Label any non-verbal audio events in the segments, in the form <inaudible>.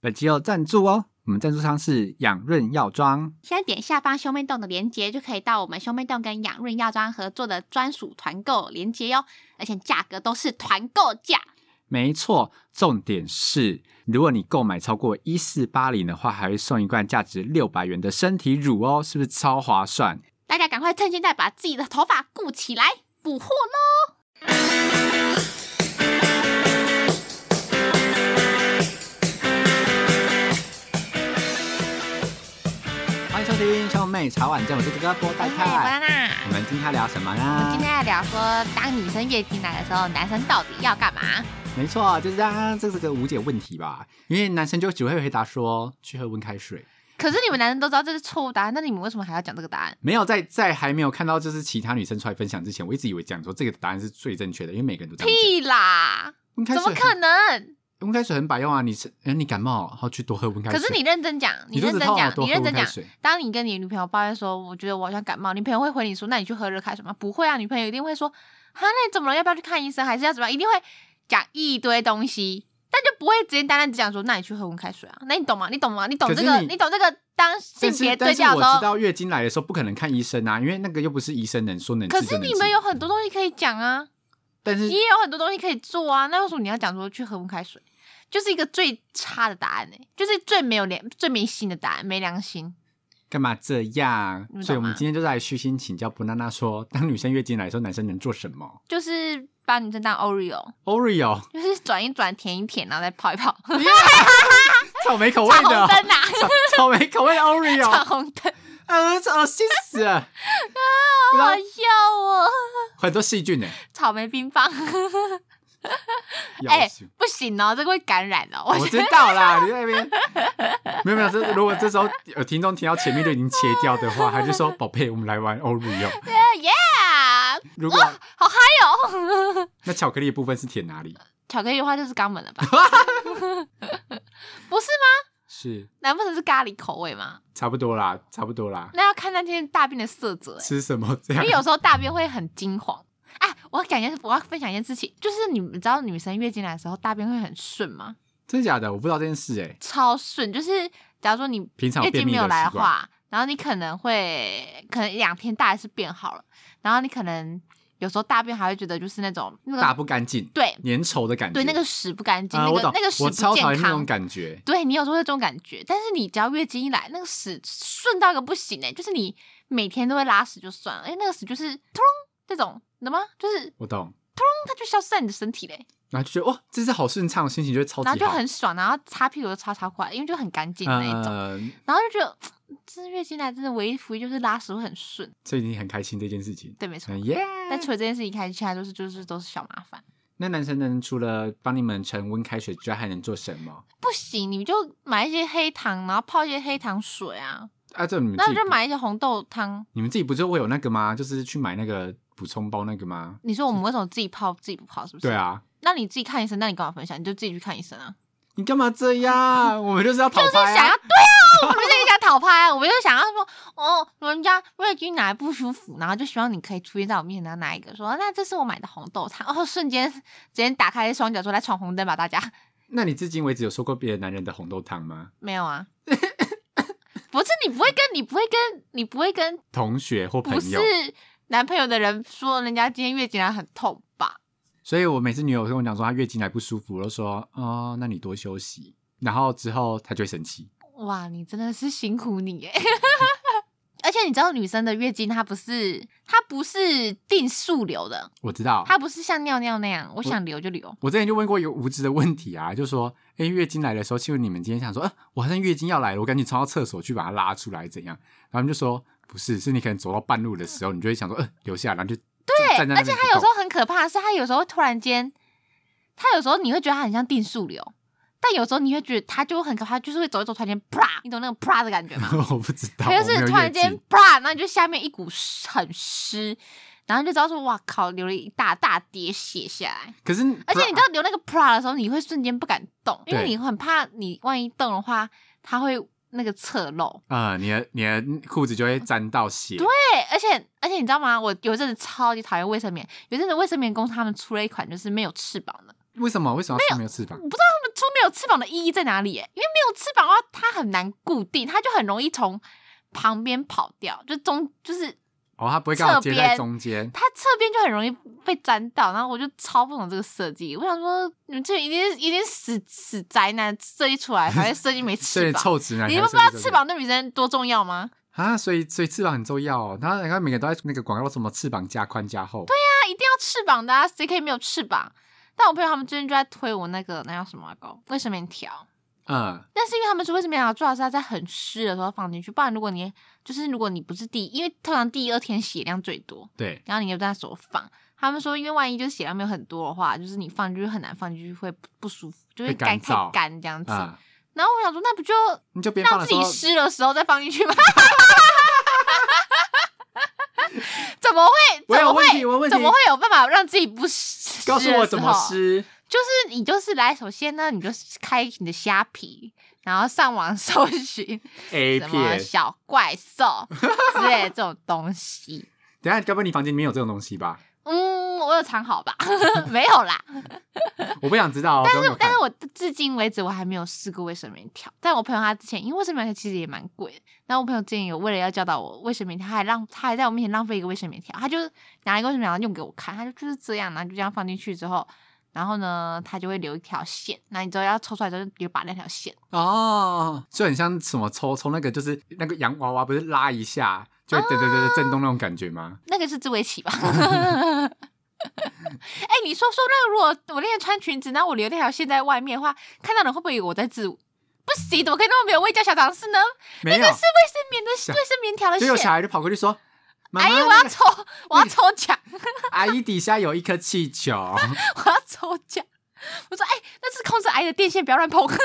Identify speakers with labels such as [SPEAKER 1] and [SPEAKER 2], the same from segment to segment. [SPEAKER 1] 本集有赞助哦，我们赞助商是养润药妆。
[SPEAKER 2] 现在点下方兄妹洞的链接，就可以到我们兄妹洞跟养润药妆合作的专属团购链接哟，而且价格都是团购价。
[SPEAKER 1] 没错，重点是，如果你购买超过一四八零的话，还会送一罐价值六百元的身体乳哦，是不是超划算？
[SPEAKER 2] 大家赶快趁现在把自己的头发顾起来，补货喽！
[SPEAKER 1] 欢迎收听兄妹茶碗蒸，我是这个波
[SPEAKER 2] 我
[SPEAKER 1] 带
[SPEAKER 2] 是
[SPEAKER 1] 太。
[SPEAKER 2] 娜，
[SPEAKER 1] 我们今天要聊什么
[SPEAKER 2] 我们今
[SPEAKER 1] 呢？
[SPEAKER 2] 天来聊说，当女生月经来的时候，男生到底要干嘛？
[SPEAKER 1] 没错，就是刚刚这是个无解问题吧，因为男生就只会回答说去喝温开水，
[SPEAKER 2] 可是你们男生都知道这是错误答案，那你们为什么还要讲这个答案？
[SPEAKER 1] 没有在在还没有看到就是其他女生出来分享之前，我一直以为讲说这个答案是最正确的，因为每个人都这样讲。
[SPEAKER 2] 屁啦！
[SPEAKER 1] 温开
[SPEAKER 2] 怎
[SPEAKER 1] 水
[SPEAKER 2] 么
[SPEAKER 1] 很
[SPEAKER 2] 可能？
[SPEAKER 1] 温开水很百用啊！你是，哎，你感冒，然后去多喝温开
[SPEAKER 2] 可
[SPEAKER 1] 水。
[SPEAKER 2] 是你认真讲，
[SPEAKER 1] 你
[SPEAKER 2] 认
[SPEAKER 1] 肚
[SPEAKER 2] 真
[SPEAKER 1] 子痛啊
[SPEAKER 2] 讲，
[SPEAKER 1] 多
[SPEAKER 2] 你
[SPEAKER 1] 喝
[SPEAKER 2] 认
[SPEAKER 1] 温
[SPEAKER 2] 真
[SPEAKER 1] 开
[SPEAKER 2] 讲。
[SPEAKER 1] 水
[SPEAKER 2] 当你跟你女朋友抱怨说，我觉得我好像感冒，你朋友会回你说，那你去喝热开水吗？不会啊，女朋友一定会说，啊，那你怎么了？要不要去看医生？还是要怎么样？一定会讲一堆东西，但就不会直接单单只讲说，那你去喝温开水啊？那你懂吗？你懂吗？你懂
[SPEAKER 1] 可
[SPEAKER 2] 这
[SPEAKER 1] 是
[SPEAKER 2] 个？
[SPEAKER 1] 你
[SPEAKER 2] 你懂这个？当性
[SPEAKER 1] 但是
[SPEAKER 2] 别
[SPEAKER 1] 但
[SPEAKER 2] 对
[SPEAKER 1] 是
[SPEAKER 2] 调
[SPEAKER 1] 我
[SPEAKER 2] 的时候
[SPEAKER 1] 知，道月经来的时候不可能看医生啊，因为那个又不是医生能说能治
[SPEAKER 2] 可
[SPEAKER 1] 就能治。
[SPEAKER 2] 是你们有很多东西可以讲啊，
[SPEAKER 1] 但是
[SPEAKER 2] 你也有很多东西可以做啊，那为什么你要讲说去喝温开水？就是一个最差的答案呢、就是最没有良、最没心的答案，没良心。
[SPEAKER 1] 干嘛这样
[SPEAKER 2] 你？们
[SPEAKER 1] 所以我
[SPEAKER 2] 懂
[SPEAKER 1] 们
[SPEAKER 2] 吗
[SPEAKER 1] 今天就来虚心请教布娜娜说，当女生月经来的时候，男生能做什么
[SPEAKER 2] 就是把女生当 Oreo， <laughs>
[SPEAKER 1] ？Oreo
[SPEAKER 2] 就是转一转、舔一舔，然后再泡一 <laughs> 泡，
[SPEAKER 1] 草莓口味
[SPEAKER 2] 闯红 <laughs>
[SPEAKER 1] 的
[SPEAKER 2] 灯呐、
[SPEAKER 1] 草草莓口味的
[SPEAKER 2] 闯 <laughs>
[SPEAKER 1] Oreo，
[SPEAKER 2] 红灯，啊
[SPEAKER 1] 呃，这恶心死
[SPEAKER 2] <laughs>
[SPEAKER 1] 了！不知
[SPEAKER 2] 好
[SPEAKER 1] 道
[SPEAKER 2] 好笑哦！
[SPEAKER 1] 很多细菌呢，
[SPEAKER 2] 草莓冰棒， <laughs>
[SPEAKER 1] 要
[SPEAKER 2] 哎、
[SPEAKER 1] 死！
[SPEAKER 2] 不行哦，这个会感染哦。我
[SPEAKER 1] 我
[SPEAKER 2] 觉
[SPEAKER 1] 知道啦，你在那边没有没有，这如果这时候有听众听到前面就已经切掉的话，他就说：“宝贝，我们来玩 Oreo。
[SPEAKER 2] 得耶
[SPEAKER 1] 如果
[SPEAKER 2] 好嗨哦！
[SPEAKER 1] 那巧克力的部分是舔哪里？
[SPEAKER 2] 巧克力的话就是肛门了 <laughs> 吧？不是吗？
[SPEAKER 1] 是
[SPEAKER 2] 难不成是咖喱口味吗？
[SPEAKER 1] 差不多啦，差不多啦。
[SPEAKER 2] 那要看那天大便的色泽、欸，
[SPEAKER 1] 吃什么这
[SPEAKER 2] 因
[SPEAKER 1] 样
[SPEAKER 2] 为？有时候大便会很金黄。哎，我感觉我要分享一件事情，就是你们知道女生月经来的时候大便会很顺吗？
[SPEAKER 1] 真的假的？我不知道这件事哎、
[SPEAKER 2] 超顺，就是假如说你
[SPEAKER 1] 平常有
[SPEAKER 2] 月
[SPEAKER 1] 便
[SPEAKER 2] 经
[SPEAKER 1] 秘
[SPEAKER 2] 没
[SPEAKER 1] 的
[SPEAKER 2] 有来
[SPEAKER 1] 习
[SPEAKER 2] 的
[SPEAKER 1] 惯，
[SPEAKER 2] 话，然后你可能会可能一两天大还是变好了，然后你可能有时候大便还会觉得就是那种那
[SPEAKER 1] 大
[SPEAKER 2] 个
[SPEAKER 1] 不干净，
[SPEAKER 2] 对
[SPEAKER 1] 粘稠的感觉。
[SPEAKER 2] 对那个屎不干净，
[SPEAKER 1] 啊，我
[SPEAKER 2] 那
[SPEAKER 1] 懂
[SPEAKER 2] 个那个，屎
[SPEAKER 1] 我
[SPEAKER 2] 不
[SPEAKER 1] 超讨
[SPEAKER 2] 健
[SPEAKER 1] 厌那种
[SPEAKER 2] 康。
[SPEAKER 1] 感觉。
[SPEAKER 2] 对你有时候会有这种感觉，但是你只要月经一来，那个屎顺到一个不行哎、就是你每天都会拉屎就算了，哎、那个屎就是通这种，懂吗？就是
[SPEAKER 1] 我懂，
[SPEAKER 2] 它就消失在你的身体嘞、
[SPEAKER 1] 然后就觉得哇，这次好顺畅，心情就会超级
[SPEAKER 2] 然
[SPEAKER 1] 好。
[SPEAKER 2] 后就很爽，然后擦屁股就擦擦过来，因为就很干净的那一种，
[SPEAKER 1] 呃，
[SPEAKER 2] 然后就觉得嘖这月经来真的唯一福利就是拉屎会很顺，
[SPEAKER 1] 所以你很开心这件事
[SPEAKER 2] <laughs>
[SPEAKER 1] 情。
[SPEAKER 2] 对，没错。
[SPEAKER 1] 嗯耶！
[SPEAKER 2] 但除了这件事情开始，其他都是就是都是小麻烦。
[SPEAKER 1] 那男生呢？除了帮你们盛温开水之外，还能做什么？
[SPEAKER 2] 不行，你就买一些黑糖，然后泡一些黑糖水啊，
[SPEAKER 1] 啊，这你们自
[SPEAKER 2] 那
[SPEAKER 1] 己
[SPEAKER 2] 就
[SPEAKER 1] 不
[SPEAKER 2] 买一些红豆汤。
[SPEAKER 1] 你们自己不就会有那个吗？就是去买那个补充包那个吗？
[SPEAKER 2] 你说我们为什么自己泡自己不泡？是不是？
[SPEAKER 1] 对。啊，
[SPEAKER 2] 那你自己看医生，那你干嘛分享？你就自己去看医生啊。
[SPEAKER 1] 你干嘛这样？我们就是要讨
[SPEAKER 2] <laughs> 就是
[SPEAKER 1] 拍
[SPEAKER 2] 想要
[SPEAKER 1] 啊！
[SPEAKER 2] 对啊，我们就是想讨拍啊，我们就想要说，哦，人家瑞君哪里不舒服，然后就希望你可以出现在我面前，然后拿一个说，那这是我买的红豆汤，哦，瞬间直接打开双脚说来闯红灯吧，大家
[SPEAKER 1] 那你至今为止有说过别的男人的红豆汤吗？
[SPEAKER 2] 没有啊。 <laughs> 不是你不会跟你不会跟你不会跟
[SPEAKER 1] 同学或朋
[SPEAKER 2] 不是
[SPEAKER 1] 友？
[SPEAKER 2] 男朋友的人说人家今天月经来很痛吧？
[SPEAKER 1] 所以我每次女友跟我讲说她月经来不舒服，我就说哦，那你多休息。然后之后她就会生气。
[SPEAKER 2] 哇，你真的是辛苦你耶！ <laughs> 而且你知道女生的月经它不是它不是定数流的，
[SPEAKER 1] 我知道，
[SPEAKER 2] 它不是像尿尿那样，我想流就流。
[SPEAKER 1] 我之前就问过一个无知的问题啊，就说哎，月经来的时候，请问你们今天想说，呃，我好像月经要来了，我赶紧冲到厕所去把它拉出来，怎样？然后他们就说不是，是你可能走到半路的时候，你就会想说，呃，留下来，然后就
[SPEAKER 2] 对，
[SPEAKER 1] 站在那
[SPEAKER 2] 而
[SPEAKER 1] 边
[SPEAKER 2] 且
[SPEAKER 1] 不
[SPEAKER 2] 它有
[SPEAKER 1] 动
[SPEAKER 2] 时候很可怕的是，它有时候会突然间，它有时候你会觉得它很像定数流，但有时候你会觉得它就很可怕，就是会走一走，突然间啪，你懂那种啪的感觉吗？
[SPEAKER 1] <laughs> 我不知道，
[SPEAKER 2] 它
[SPEAKER 1] 我
[SPEAKER 2] 就
[SPEAKER 1] 没有
[SPEAKER 2] 是突然
[SPEAKER 1] 月
[SPEAKER 2] 间
[SPEAKER 1] 经。
[SPEAKER 2] 啪，然后你就下面一股湿很湿，然后你就知道说哇靠，流了一大大滴血下来。
[SPEAKER 1] 可是，
[SPEAKER 2] 而且你知道流那个 pra 的时候，你会瞬间不敢动，因为
[SPEAKER 1] 对
[SPEAKER 2] 你很怕你万一动的话，它会那个侧漏。
[SPEAKER 1] 啊、你的你的裤子就会沾到血。对，
[SPEAKER 2] 对，而且而且你知道吗？我有一阵子超级讨厌卫生棉，有一阵子卫生棉公司他们出了一款就是没有翅膀的，
[SPEAKER 1] 为什么为什么是没有翅膀
[SPEAKER 2] 我？不知道他们出没有翅膀的意义在哪里耶，因为没有翅膀的话，它很难固定，它就很容易从旁边跑掉，就中就是
[SPEAKER 1] 哦，它不会刚好
[SPEAKER 2] 侧
[SPEAKER 1] 接在
[SPEAKER 2] 边
[SPEAKER 1] 中间，
[SPEAKER 2] 它侧边就很容易被沾到，然后我就超不懂这个设计。我想说，你们这一定是一定是死死宅男设计出来，还会设计没
[SPEAKER 1] 所
[SPEAKER 2] 翅
[SPEAKER 1] 以
[SPEAKER 2] 膀。
[SPEAKER 1] 臭直男
[SPEAKER 2] 你
[SPEAKER 1] 才
[SPEAKER 2] 们
[SPEAKER 1] 会
[SPEAKER 2] 不
[SPEAKER 1] 设
[SPEAKER 2] 知
[SPEAKER 1] <laughs> 计这个。
[SPEAKER 2] 道翅膀对女生多重要吗？
[SPEAKER 1] 啊，所以所以翅膀很重要哦。然后你看每个都在那个广告说什么翅膀加宽加厚，对呀、
[SPEAKER 2] 那一定要翅膀的、啊，谁可以没有翅膀？但我朋友他们最近就在推我那个那叫什么啊狗卫生棉条，
[SPEAKER 1] 嗯，
[SPEAKER 2] 但是因为他们说卫生棉条最好是要在很湿的时候放进去，不然如果你就是如果你不是第因为通常第二天血量最多，
[SPEAKER 1] 对，
[SPEAKER 2] 然后你又在手放，他们说因为万一就是血量没有很多的话，就是你放进去很难放进去会不不舒服，就
[SPEAKER 1] 会
[SPEAKER 2] 会
[SPEAKER 1] 干
[SPEAKER 2] 干
[SPEAKER 1] 燥
[SPEAKER 2] 太干这样子。
[SPEAKER 1] 啊、
[SPEAKER 2] 然后我想说，那不就
[SPEAKER 1] 你就边放的
[SPEAKER 2] 让自
[SPEAKER 1] 时候
[SPEAKER 2] 己，湿的时候再放进去吗？ <laughs> 怎么会？
[SPEAKER 1] 我
[SPEAKER 2] 怎
[SPEAKER 1] 有
[SPEAKER 2] 么会
[SPEAKER 1] 问？题，我有问题
[SPEAKER 2] 怎，么会有办法让自己不湿？
[SPEAKER 1] 告诉我怎么
[SPEAKER 2] 的时候？
[SPEAKER 1] 湿，
[SPEAKER 2] 就是你就是来，首先呢，你就是开你的虾皮，然后上网 <laughs> 搜寻
[SPEAKER 1] A
[SPEAKER 2] 什么
[SPEAKER 1] 片。
[SPEAKER 2] 小怪兽之类的这种东西。
[SPEAKER 1] 等一下，该不会你房间里面有这种东西吧？
[SPEAKER 2] 嗯，我有藏好吧？ <laughs> 没有啦，
[SPEAKER 1] 我不想知道、哦。但是
[SPEAKER 2] 但是我至今为止我还没有试过卫生棉条。但我朋友他之前，因为卫生棉条其实也蛮贵的，然后我朋友之前有为了要教导我卫生棉条，他还让他还在我面前浪费一个卫生棉条，他就拿一个卫生棉条用给我看，他就就是这样，然后就这样放进去之后，然后呢，他就会留一条线，那你之后要抽出来之后，就把那条线，
[SPEAKER 1] 哦，就很像什么抽抽那个，就是那个洋娃娃，不是拉一下就
[SPEAKER 2] 哦
[SPEAKER 1] 会对对对对震动那种感觉吗？
[SPEAKER 2] 那个是自慰器吧？ <laughs> 哎、你说说那个，如果我那天穿裙子，然后我留那条线在外面的话，看到人会不会以为我在自慰？不行，怎么可以那么没有味觉小常识呢？
[SPEAKER 1] 没有
[SPEAKER 2] 那，是卫生棉的
[SPEAKER 1] 想
[SPEAKER 2] 卫生棉条的
[SPEAKER 1] 结果小
[SPEAKER 2] 线。
[SPEAKER 1] 孩就跑过去说：“妈
[SPEAKER 2] 阿
[SPEAKER 1] 妈，
[SPEAKER 2] 姨，我
[SPEAKER 1] 那
[SPEAKER 2] 要
[SPEAKER 1] 个嗯
[SPEAKER 2] 抽，我要抽奖，
[SPEAKER 1] 阿姨底下有一颗气球。 <laughs>
[SPEAKER 2] 我要抽奖。我说，哎、那是控制阿姨的电线，不要乱碰，看”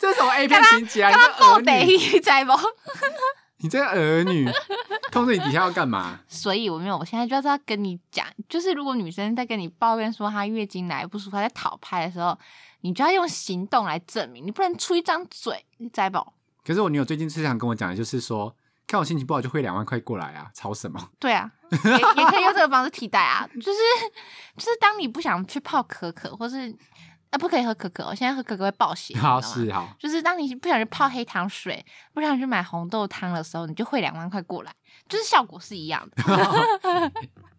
[SPEAKER 1] 这是什么 A 片情节啊？
[SPEAKER 2] <laughs> 她爆
[SPEAKER 1] 你这
[SPEAKER 2] 得
[SPEAKER 1] 儿女，
[SPEAKER 2] 一在不？
[SPEAKER 1] 你这个儿女，控制你底下要干嘛？
[SPEAKER 2] 所以我没有，我现在就是要跟你讲，就是如果女生在跟你抱怨说她月经来不舒服，她在讨拍的时候，你就要用行动来证明，你不能出一张嘴，你在不？
[SPEAKER 1] 可是我女友最近最想跟我讲的就是说，看我心情不好就汇两万块过来啊，吵什么？
[SPEAKER 2] 对啊，也也可以用这个方式替代啊，就是就是当你不想去泡可可，或是啊不可以喝可可哦，我现在喝可可会爆血，你知道
[SPEAKER 1] 好
[SPEAKER 2] 吗
[SPEAKER 1] 哦是好，
[SPEAKER 2] <laughs> 就是当你不想去泡黑糖水，不想去买红豆汤的时候，你就汇两万块过来，就是效果是一样的。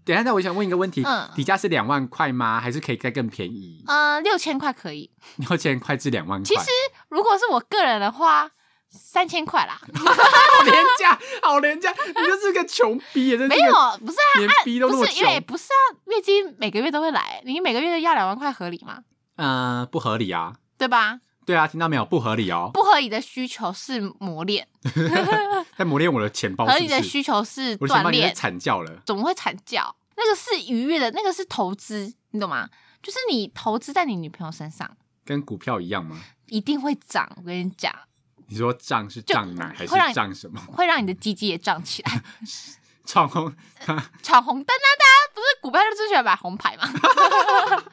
[SPEAKER 1] 等一下，那我想问一个问题，
[SPEAKER 2] 嗯
[SPEAKER 1] 底价是两万块吗？还是可以再更便宜？ <laughs>
[SPEAKER 2] 呃，六千块可以。
[SPEAKER 1] 六千块至两万块，
[SPEAKER 2] 其实如果是我个人的话，三千块
[SPEAKER 1] <laughs>
[SPEAKER 2] 啦，
[SPEAKER 1] 好廉价，好廉价，你就是个穷逼耶，真是
[SPEAKER 2] 没
[SPEAKER 1] 个
[SPEAKER 2] 有，不是啊，
[SPEAKER 1] 连逼都那
[SPEAKER 2] 不
[SPEAKER 1] 么
[SPEAKER 2] 是因为
[SPEAKER 1] 穷，
[SPEAKER 2] 不是啊，月经每个月都会来，你每个月要两万块合理吗？
[SPEAKER 1] 嗯、不合理啊。
[SPEAKER 2] 对吧？
[SPEAKER 1] 对啊，听到没有？不合理
[SPEAKER 2] <laughs>
[SPEAKER 1] 哦，
[SPEAKER 2] 不合理的需求是磨练，
[SPEAKER 1] 在磨练我的钱包
[SPEAKER 2] 合
[SPEAKER 1] 是
[SPEAKER 2] 理
[SPEAKER 1] 不
[SPEAKER 2] 的
[SPEAKER 1] 是？
[SPEAKER 2] 需求是
[SPEAKER 1] 我的钱
[SPEAKER 2] 锻
[SPEAKER 1] 包里面
[SPEAKER 2] 炼。
[SPEAKER 1] 惨叫了，
[SPEAKER 2] 怎么会惨叫？那个是愉悦的，那个是投资，你懂吗？就是你投资在你女朋友身上，
[SPEAKER 1] 跟股票一样吗？
[SPEAKER 2] 一定会涨。我跟你讲，
[SPEAKER 1] 你说胀是
[SPEAKER 2] 就
[SPEAKER 1] 胀奶还是
[SPEAKER 2] 会让你
[SPEAKER 1] 胀什么？ <laughs>
[SPEAKER 2] 会让你的鸡鸡也胀起来。 <laughs>
[SPEAKER 1] 闯红
[SPEAKER 2] 闯红灯啊，大家不是股票就是喜欢买红牌吗？ <laughs>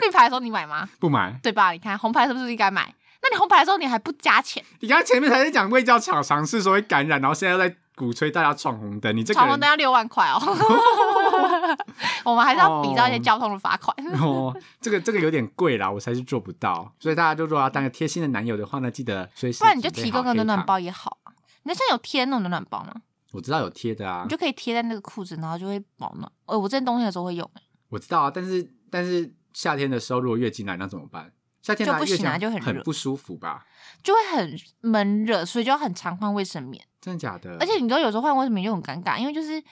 [SPEAKER 2] 绿牌的时候你买吗？
[SPEAKER 1] 不买？
[SPEAKER 2] 对吧？你看红牌是不是应该买？那你红牌的时候你还不加钱，
[SPEAKER 1] 你刚刚前面才在讲胃教小尝试说会感染，然后现在又在鼓吹大家闯红灯，你这个
[SPEAKER 2] 闯
[SPEAKER 1] 人
[SPEAKER 2] 红灯要六万块哦。
[SPEAKER 1] <laughs>
[SPEAKER 2] 我们还是要比照一些
[SPEAKER 1] 哦
[SPEAKER 2] 交通的罚款。 <laughs>
[SPEAKER 1] 哦，这个这个有点贵啦，我才是做不到。所以大家就如果要当个贴心的男友的话呢，记得随时
[SPEAKER 2] 不然你就
[SPEAKER 1] 准备
[SPEAKER 2] 提
[SPEAKER 1] 好
[SPEAKER 2] 供个
[SPEAKER 1] 黑
[SPEAKER 2] 暖暖
[SPEAKER 1] 糖。
[SPEAKER 2] 包也好啊。你那现在有贴那种暖暖包吗？
[SPEAKER 1] 我知道有贴的啊
[SPEAKER 2] 你，就可以贴在那个裤子，然后就会保暖。呃、我之前冬天的时候会用、
[SPEAKER 1] 我知道啊，但是但是夏天的时候如果月经来那怎么办？夏天来
[SPEAKER 2] 就不
[SPEAKER 1] 月经
[SPEAKER 2] 行啊
[SPEAKER 1] 来
[SPEAKER 2] 就很
[SPEAKER 1] 很
[SPEAKER 2] 热
[SPEAKER 1] 不舒服吧？
[SPEAKER 2] 就会很闷热，所以就要很常换卫生棉。
[SPEAKER 1] 真的假的？
[SPEAKER 2] 而且你知道有时候换卫生棉就很尴尬，因为就是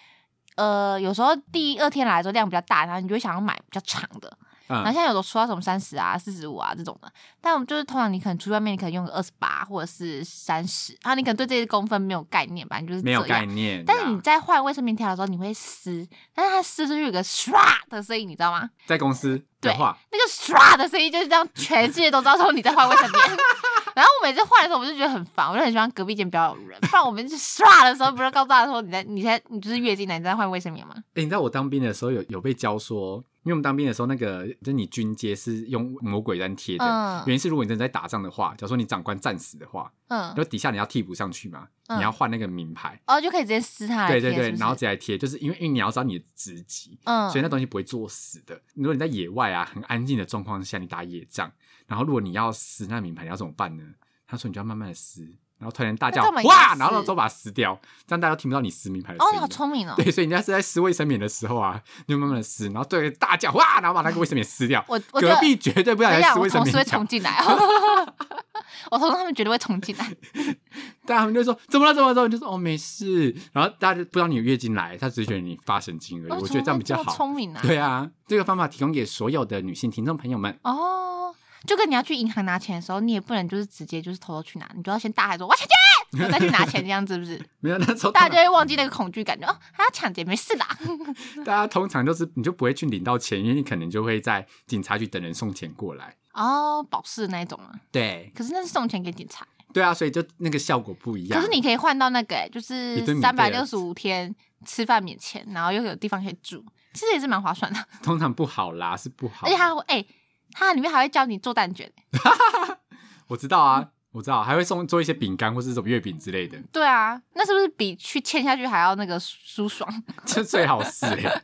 [SPEAKER 2] 呃有时候第二天来的时候量比较大，然后你就会想要买比较长的。然后
[SPEAKER 1] 嗯，
[SPEAKER 2] 现在有的出到什么三十啊、四十五啊这种的，但我们就是通常你可能出去外面，你可能用个二十八或者是三十，然后你可能对这些公分没有概念吧，你就是
[SPEAKER 1] 没有
[SPEAKER 2] 这样
[SPEAKER 1] 概念啊。
[SPEAKER 2] 但是你在换卫生棉条的时候，你会撕，但是它撕出去有个唰的声音，你知道吗？
[SPEAKER 1] 在公司的
[SPEAKER 2] 对
[SPEAKER 1] 话，
[SPEAKER 2] 那个唰的声音就是让全世界都知道说你在换卫生棉。然 <laughs> 然后我每次换的时候，我就觉得很烦，我就很喜欢隔壁间不要有人，不然我们就刷的时候，不是告诉大家说你在你在你就是月经来，你在换卫生棉吗？
[SPEAKER 1] 哎、你知道我当兵的时候有有被教说，因为我们当兵的时候那个就是你军阶是用魔鬼毡贴的，
[SPEAKER 2] 嗯
[SPEAKER 1] 原因是如果你真的在打仗的话，假如说你长官战死的话，
[SPEAKER 2] 嗯
[SPEAKER 1] 然，后底下你要替补上去嘛，
[SPEAKER 2] 嗯
[SPEAKER 1] 你要换那个名牌，
[SPEAKER 2] 哦，就可以直接撕它来
[SPEAKER 1] 对
[SPEAKER 2] 贴，
[SPEAKER 1] 对对，
[SPEAKER 2] 是不是
[SPEAKER 1] 然后直接来贴，就是因为因为你要知道你的职级，
[SPEAKER 2] 嗯，
[SPEAKER 1] 所以那东西不会作死的。如果你在野外啊，很安静的状况下，你打野仗，然后如果你要撕那名牌，你要怎么办呢？他说你就要慢慢的撕，然后突然大叫
[SPEAKER 2] 那干嘛一定要
[SPEAKER 1] 哇，
[SPEAKER 2] 撕
[SPEAKER 1] 然后之后把它撕掉，这样大家都听不到你撕名牌的
[SPEAKER 2] 哦，
[SPEAKER 1] 声
[SPEAKER 2] 你
[SPEAKER 1] 音
[SPEAKER 2] 好
[SPEAKER 1] 了。
[SPEAKER 2] 聪明哦。
[SPEAKER 1] 对，所以人家是在撕卫生棉的时候啊，你就慢慢的撕，然后对大叫哇，然后把那个卫生棉撕掉。
[SPEAKER 2] 我我觉
[SPEAKER 1] 隔
[SPEAKER 2] 得
[SPEAKER 1] 壁绝对不要
[SPEAKER 2] 我
[SPEAKER 1] 来
[SPEAKER 2] 想
[SPEAKER 1] 撕
[SPEAKER 2] 我
[SPEAKER 1] 卫生
[SPEAKER 2] 同
[SPEAKER 1] 棉
[SPEAKER 2] 事会
[SPEAKER 1] 条
[SPEAKER 2] 冲，进来， <laughs> 我同事他们绝对会冲进来。
[SPEAKER 1] 但他们就说怎么了怎么了，怎么了你就说哦没事，然后大家就不知道你有月经来，他只是觉得你发神经而已。
[SPEAKER 2] 哦
[SPEAKER 1] 我觉得这样比较
[SPEAKER 2] 怎么会么
[SPEAKER 1] 好。
[SPEAKER 2] 聪明啊！
[SPEAKER 1] 对啊，这个方法提供给所有的女性听众朋友们。
[SPEAKER 2] 哦，就跟你要去银行拿钱的时候，你也不能就是直接就是偷偷去拿，你就要先大喊说“我抢劫”，然后再去拿钱，这样
[SPEAKER 1] <laughs>
[SPEAKER 2] 子是不是？
[SPEAKER 1] 没有那时候
[SPEAKER 2] 大
[SPEAKER 1] 大
[SPEAKER 2] 家就会忘记那个恐惧感，就哦，他要抢劫，没事啦。
[SPEAKER 1] <laughs> 大家通常就是你就不会去领到钱，因为你可能就会在警察局等人送钱过来。
[SPEAKER 2] 哦，保释那一种啊，
[SPEAKER 1] 对
[SPEAKER 2] 可是那是送钱给警察，
[SPEAKER 1] 对啊，所以就那个效果不一样。
[SPEAKER 2] 可是你可以换到那个、欸，就
[SPEAKER 1] 一
[SPEAKER 2] 是
[SPEAKER 1] 顿免
[SPEAKER 2] 三
[SPEAKER 1] 费
[SPEAKER 2] 百
[SPEAKER 1] 的
[SPEAKER 2] 六十五天吃饭免钱，然后又有地方可以住，其实也是蛮划算的。
[SPEAKER 1] 通常不好啦，是不好。
[SPEAKER 2] 而且它还会，哎、它里面还会教你做蛋卷、
[SPEAKER 1] 我知道啊，我知道，还会送做一些饼干或是什么月饼之类
[SPEAKER 2] <laughs>
[SPEAKER 1] 的，
[SPEAKER 2] 对啊，那是不是比去签下去还要那个舒爽？ <laughs>
[SPEAKER 1] 这最好是欸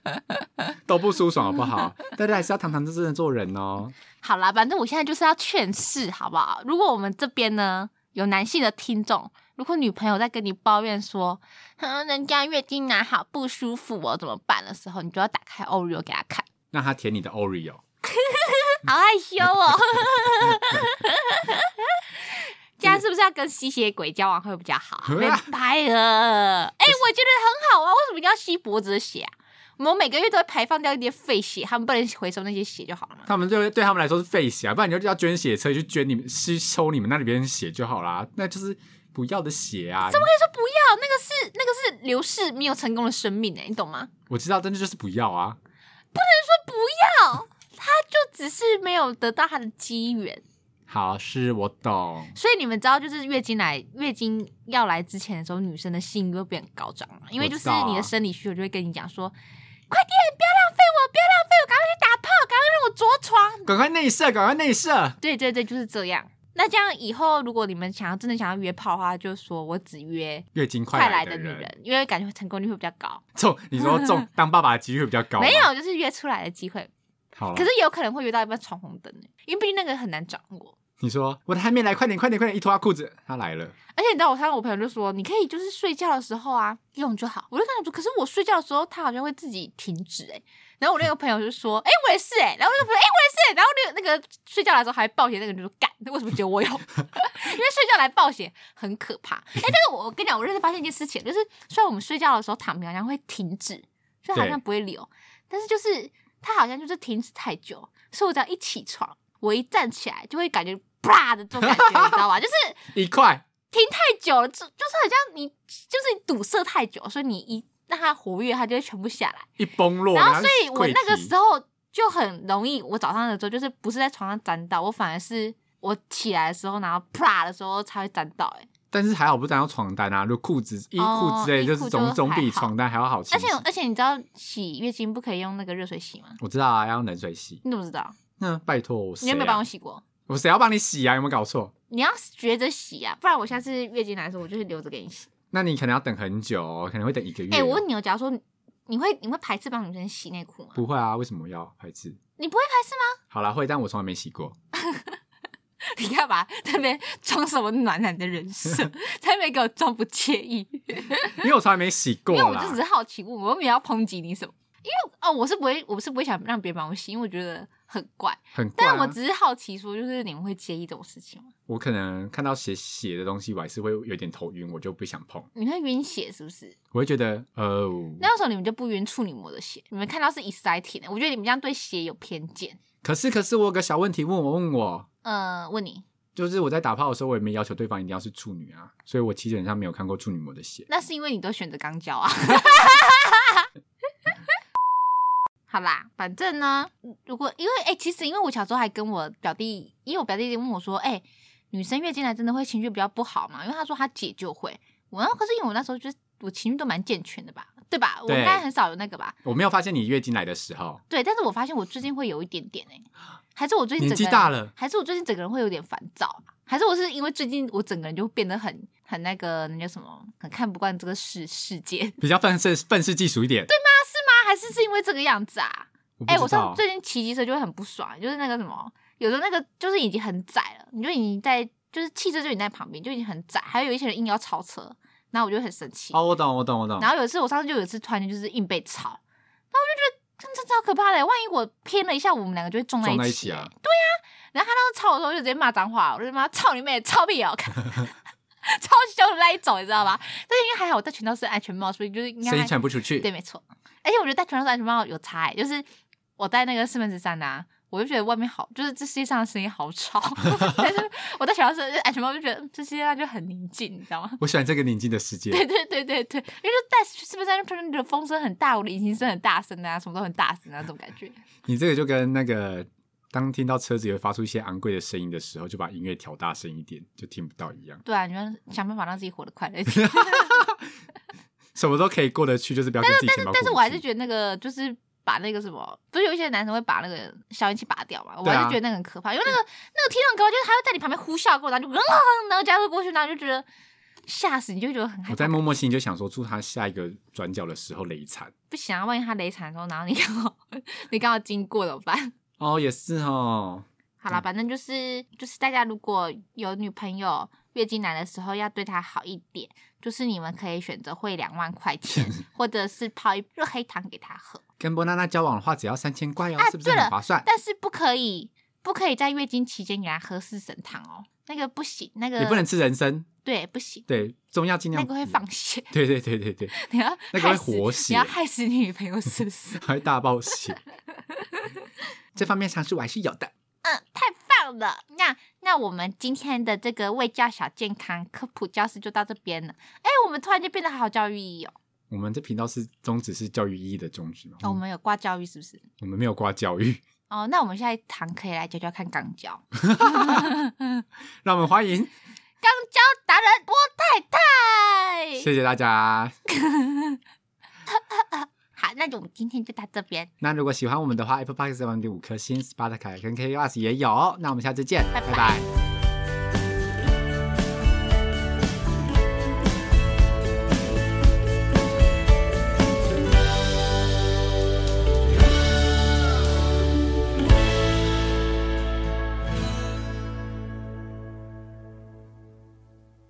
[SPEAKER 1] 都不舒爽好不好？大家还是要堂堂正正的做人哦。
[SPEAKER 2] 好啦，反正我现在就是要劝世，好不好？如果我们这边呢有男性的听众，如果女朋友在跟你抱怨说，嗯，人家月经来好不舒服哦，怎么办的时候，你就要打开 Oreo 给她看，
[SPEAKER 1] 让他舔你的 Oreo，
[SPEAKER 2] 好害羞 <laughs> 哦。这样是不是要跟吸血鬼交往会比较好？啊没白了，哎、我觉得很好啊，为什么一定要吸脖子的血啊？我们每个月都会排放掉一点废血，他们不能回收那些血就好了嘛。
[SPEAKER 1] 他们对对他们来说是废血啊，不然你就要捐血车去捐你们吸收你们那里边的血就好啦，那就是不要的血啊。
[SPEAKER 2] 说不要，那个是那个是流逝没有成功的生命哎、你懂吗？
[SPEAKER 1] 我知道，但是就是不要啊。
[SPEAKER 2] 就只是没有得到它的机缘，
[SPEAKER 1] 好，是我懂。
[SPEAKER 2] 所以你们知道，就是月经来月经要来之前的时候，女生的性欲会变高涨嘛，因为就是你的生理需求就会跟你讲说，快点，不要浪费我，不要浪费我，赶快去打炮，赶快让我着床。
[SPEAKER 1] 赶快内射，赶快内射。
[SPEAKER 2] 对对对，就是这样。那这样以后，如果你们想要真的想要约炮的话，就说我只约
[SPEAKER 1] 月经
[SPEAKER 2] 快
[SPEAKER 1] 快
[SPEAKER 2] 来
[SPEAKER 1] 来
[SPEAKER 2] 的
[SPEAKER 1] 的
[SPEAKER 2] 女
[SPEAKER 1] 人，
[SPEAKER 2] 人，因为感觉成功率会比较高。
[SPEAKER 1] 中你说
[SPEAKER 2] <laughs>
[SPEAKER 1] 中当爸爸的几率会比较高。
[SPEAKER 2] 没，有，就是约出来的机会
[SPEAKER 1] 好了
[SPEAKER 2] 可。是也有可能会约到一半闯红灯欸，因为毕竟那个很难掌握。
[SPEAKER 1] 你说我的还没来，快点，快点，快点！一脱他裤子，他来了。
[SPEAKER 2] 而且你知道，我看到我朋友就说，你可以就是睡觉的时候啊用就好。我就跟他说，可是我睡觉的时候，它好像会自己停止哎、然后我那个朋友就说，哎、我也是哎、然后那个朋友，哎、我也是、欸。然后那个那个睡觉来的时候还暴血，那个人就说，干，为什么只有我 <laughs> 有？因为睡觉来暴血很可怕。哎、但是我我跟你讲，我认真发现一件事情，就是虽然我们睡觉的时候躺平好像会停止，就好像
[SPEAKER 1] 对
[SPEAKER 2] 不会流，但是就是它好像就是停止太久，所以我只要一起床，我一站起来就会感觉。啪的这种感觉，你知道吧？就是
[SPEAKER 1] 一块，
[SPEAKER 2] 停太久了，就就是很像你就是堵塞太久，所以你一让它活跃，它就会全部下来。
[SPEAKER 1] 一崩落。
[SPEAKER 2] 然后
[SPEAKER 1] 后
[SPEAKER 2] 所以我
[SPEAKER 1] 溃
[SPEAKER 2] 那个
[SPEAKER 1] 堤
[SPEAKER 2] 时候就很容易，我早上的时候就是不是在床上沾到，我反而是我起来的时候，然后啪的时候才会沾到、欸。哎，
[SPEAKER 1] 但是还好不沾到床单啊，如果裤子、衣
[SPEAKER 2] 哦
[SPEAKER 1] 裤之类，
[SPEAKER 2] 衣
[SPEAKER 1] 就是
[SPEAKER 2] 裤就
[SPEAKER 1] 总总比
[SPEAKER 2] 还好
[SPEAKER 1] 床单还要好清
[SPEAKER 2] 而
[SPEAKER 1] 洗。
[SPEAKER 2] 且而且你知道洗月经不可以用那个热水洗吗？
[SPEAKER 1] 我知道啊，要用冷水洗。
[SPEAKER 2] 你怎么知道？
[SPEAKER 1] 那拜托我
[SPEAKER 2] 你
[SPEAKER 1] 谁
[SPEAKER 2] 有没有帮我
[SPEAKER 1] 啊？
[SPEAKER 2] 洗过？
[SPEAKER 1] 我谁要帮你洗啊？有没有搞错？
[SPEAKER 2] 你要学着洗啊，不然我下次月经来的时候，我就是留着给你洗。
[SPEAKER 1] 那你可能要等很久哦，可能会等一个月哦。
[SPEAKER 2] 哎、我问你哦，假如说你你会你会排斥帮女生洗内裤吗？
[SPEAKER 1] 不会啊，为什么要排斥？
[SPEAKER 2] 你不会排斥吗？
[SPEAKER 1] 好啦，会，但我从来没洗过。 <laughs>
[SPEAKER 2] <laughs> 你干嘛在那边装什么暖男的人设，在那边给我装不介意？
[SPEAKER 1] 因为我从来没洗过
[SPEAKER 2] <laughs> 因为我
[SPEAKER 1] 啦
[SPEAKER 2] 就只。是好奇问，我又没有要抨击你什么。因为哦，我是不会，我是不会想让别人帮我洗，因为我觉得很怪。
[SPEAKER 1] 很怪、啊。
[SPEAKER 2] 但我只是好奇说，就是你们会介意这种事情吗？
[SPEAKER 1] 我可能看到血血的东西，我还是会有点头晕，我就不想碰，
[SPEAKER 2] 你会晕血是不是？
[SPEAKER 1] 我会觉得呃，
[SPEAKER 2] 那时候你们就不晕处女膜的血，你们看到是 exciting 的。我觉得你们这样对血有偏见。
[SPEAKER 1] 可是可是我有个小问题问我问我，
[SPEAKER 2] 呃，问你，
[SPEAKER 1] 就是我在打炮的时候，我也没要求对方一定要是处女啊，所以我基本上没有看过处女膜的血。
[SPEAKER 2] 那是因为你都选择肛交啊。好啦，反正呢，如果因为哎、其实因为我小时候还跟我表弟，因为我表弟问我说，哎、女生月经来真的会情绪比较不好嘛？因为她说她姐就会，我然后可是因为我那时候就是我情绪都蛮健全的吧，对吧？我
[SPEAKER 1] 对
[SPEAKER 2] 应该很少有那个吧？
[SPEAKER 1] 我没有发现你月经来的时候，
[SPEAKER 2] 对，但是我发现我最近会有一点点哎、还是我最近
[SPEAKER 1] 年
[SPEAKER 2] 整个
[SPEAKER 1] 纪
[SPEAKER 2] 人
[SPEAKER 1] 大了，
[SPEAKER 2] 还是我最近整个人会有点烦躁啊、还是我是因为最近我整个人就变得很很那个那叫什么，很看不惯这个世世界啊？
[SPEAKER 1] 比较愤世愤世嫉俗一点。对，
[SPEAKER 2] 还是是因为这个样子啊？
[SPEAKER 1] 我不
[SPEAKER 2] 哎、
[SPEAKER 1] 知
[SPEAKER 2] 我
[SPEAKER 1] 道
[SPEAKER 2] 上最近骑机车就会很不爽，就是那个什么，有的那个就是已经很窄了，你就已经在就是汽车就已经在旁边，就已经很窄，还有一些人硬要超车，然后我就很生气。
[SPEAKER 1] 哦，我懂，我懂，我懂
[SPEAKER 2] 然。后有一次我上次就有一次突然间就是硬被吵，然后我就觉得真真超可怕的，万一我偏了一下，我们两个就会撞在
[SPEAKER 1] 撞在
[SPEAKER 2] 一
[SPEAKER 1] 一
[SPEAKER 2] 起
[SPEAKER 1] 起
[SPEAKER 2] 欸。
[SPEAKER 1] 啊
[SPEAKER 2] 对呀、然后他当时吵我的时候就直接骂脏话，我就骂操你妹，操屁哦， <laughs> 看超凶的那一种，你知道吧？但是因为还好我戴全套式安全帽，所以就是应该
[SPEAKER 1] 声音
[SPEAKER 2] 还
[SPEAKER 1] 传不出去。
[SPEAKER 2] 对，没错。而且我觉得戴全套式安全帽有差、欸，就是我戴那个四分之三的、啊，我就觉得外面好，就是这世界上的声音好吵。 <laughs> 但是我戴全套式安全帽就觉得嗯这世界上就很宁静，你知道吗？ <laughs>
[SPEAKER 1] 我喜欢这个宁静的世界。
[SPEAKER 2] 对对对对对，因为就戴四分之三就突然觉得风声很大，我的引擎声很大声啊，什么都很大声啊，这种感觉。
[SPEAKER 1] 你这个就跟那个当听到车子有发出一些昂贵的声音的时候，就把音乐调大声一点，就听不到一样。
[SPEAKER 2] 对啊，你们想办法让自己活得快乐一点。
[SPEAKER 1] 什么都可以过得去，就是不要跟自己钱包
[SPEAKER 2] 但是我
[SPEAKER 1] 过
[SPEAKER 2] 还
[SPEAKER 1] 不
[SPEAKER 2] 是
[SPEAKER 1] 去。
[SPEAKER 2] 觉得那个就是把那个什么，不是有一些男生会把那个消音器拔掉嘛？我
[SPEAKER 1] 对啊
[SPEAKER 2] 还是觉得那个很可怕，因为那个、那个听众高就是他会在你旁边呼啸过，然后就嗯，然后加速过去，然后就觉得吓死，你就会觉得很害
[SPEAKER 1] 我
[SPEAKER 2] 怕
[SPEAKER 1] 在。默默心里就想说，祝他下一个转角的时候雷惨。
[SPEAKER 2] 不行啊，万一他雷惨的时候，然后你刚好 <laughs> 你刚好经过怎么办？
[SPEAKER 1] 哦，也是哦。
[SPEAKER 2] 好啦，反正就是就是大家如果有女朋友月经来的时候，要对她好一点，就是你们可以选择汇两万块钱，或者是泡一热黑糖给她喝，
[SPEAKER 1] 跟波娜娜交往的话，只要三千块哦，
[SPEAKER 2] 啊
[SPEAKER 1] 是不是
[SPEAKER 2] 对了
[SPEAKER 1] 很划算？
[SPEAKER 2] 但是不可以不可以在月经期间给她喝四神汤哦，那个不行，那个
[SPEAKER 1] 也不能吃人参，
[SPEAKER 2] 对不行，
[SPEAKER 1] 对，中药尽
[SPEAKER 2] 那
[SPEAKER 1] 量
[SPEAKER 2] 个会
[SPEAKER 1] 不
[SPEAKER 2] 放血， <laughs>
[SPEAKER 1] 对对对对对，
[SPEAKER 2] 你要
[SPEAKER 1] 那个会
[SPEAKER 2] 害死
[SPEAKER 1] 活
[SPEAKER 2] 你
[SPEAKER 1] 血
[SPEAKER 2] 要害死你女朋友是不是？
[SPEAKER 1] 还会大爆血。这方面常识我还是有的。
[SPEAKER 2] <laughs> 嗯，太棒了！那那我们今天的这个卫教小健康科普教室就到这边了。哎，我们突然就变得好有教育意义哦。
[SPEAKER 1] 我们这频道是宗旨是教育意义的宗旨嘛？
[SPEAKER 2] 哦，我们有挂教育是不是？
[SPEAKER 1] 我们没有挂教育， <laughs>
[SPEAKER 2] 哦，那我们下一堂可以来教教看肛交，
[SPEAKER 1] 让我们欢迎，
[SPEAKER 2] 肛交达人郭太太。
[SPEAKER 1] 谢谢大家。
[SPEAKER 2] 好，那我们今天就到这边，
[SPEAKER 1] 那如果喜欢我们的话，Apple Podcast 上面给五颗星，Spotify 跟 KUS 也有哦。那我们下次见，
[SPEAKER 2] 拜
[SPEAKER 1] 拜
[SPEAKER 2] 拜
[SPEAKER 1] 拜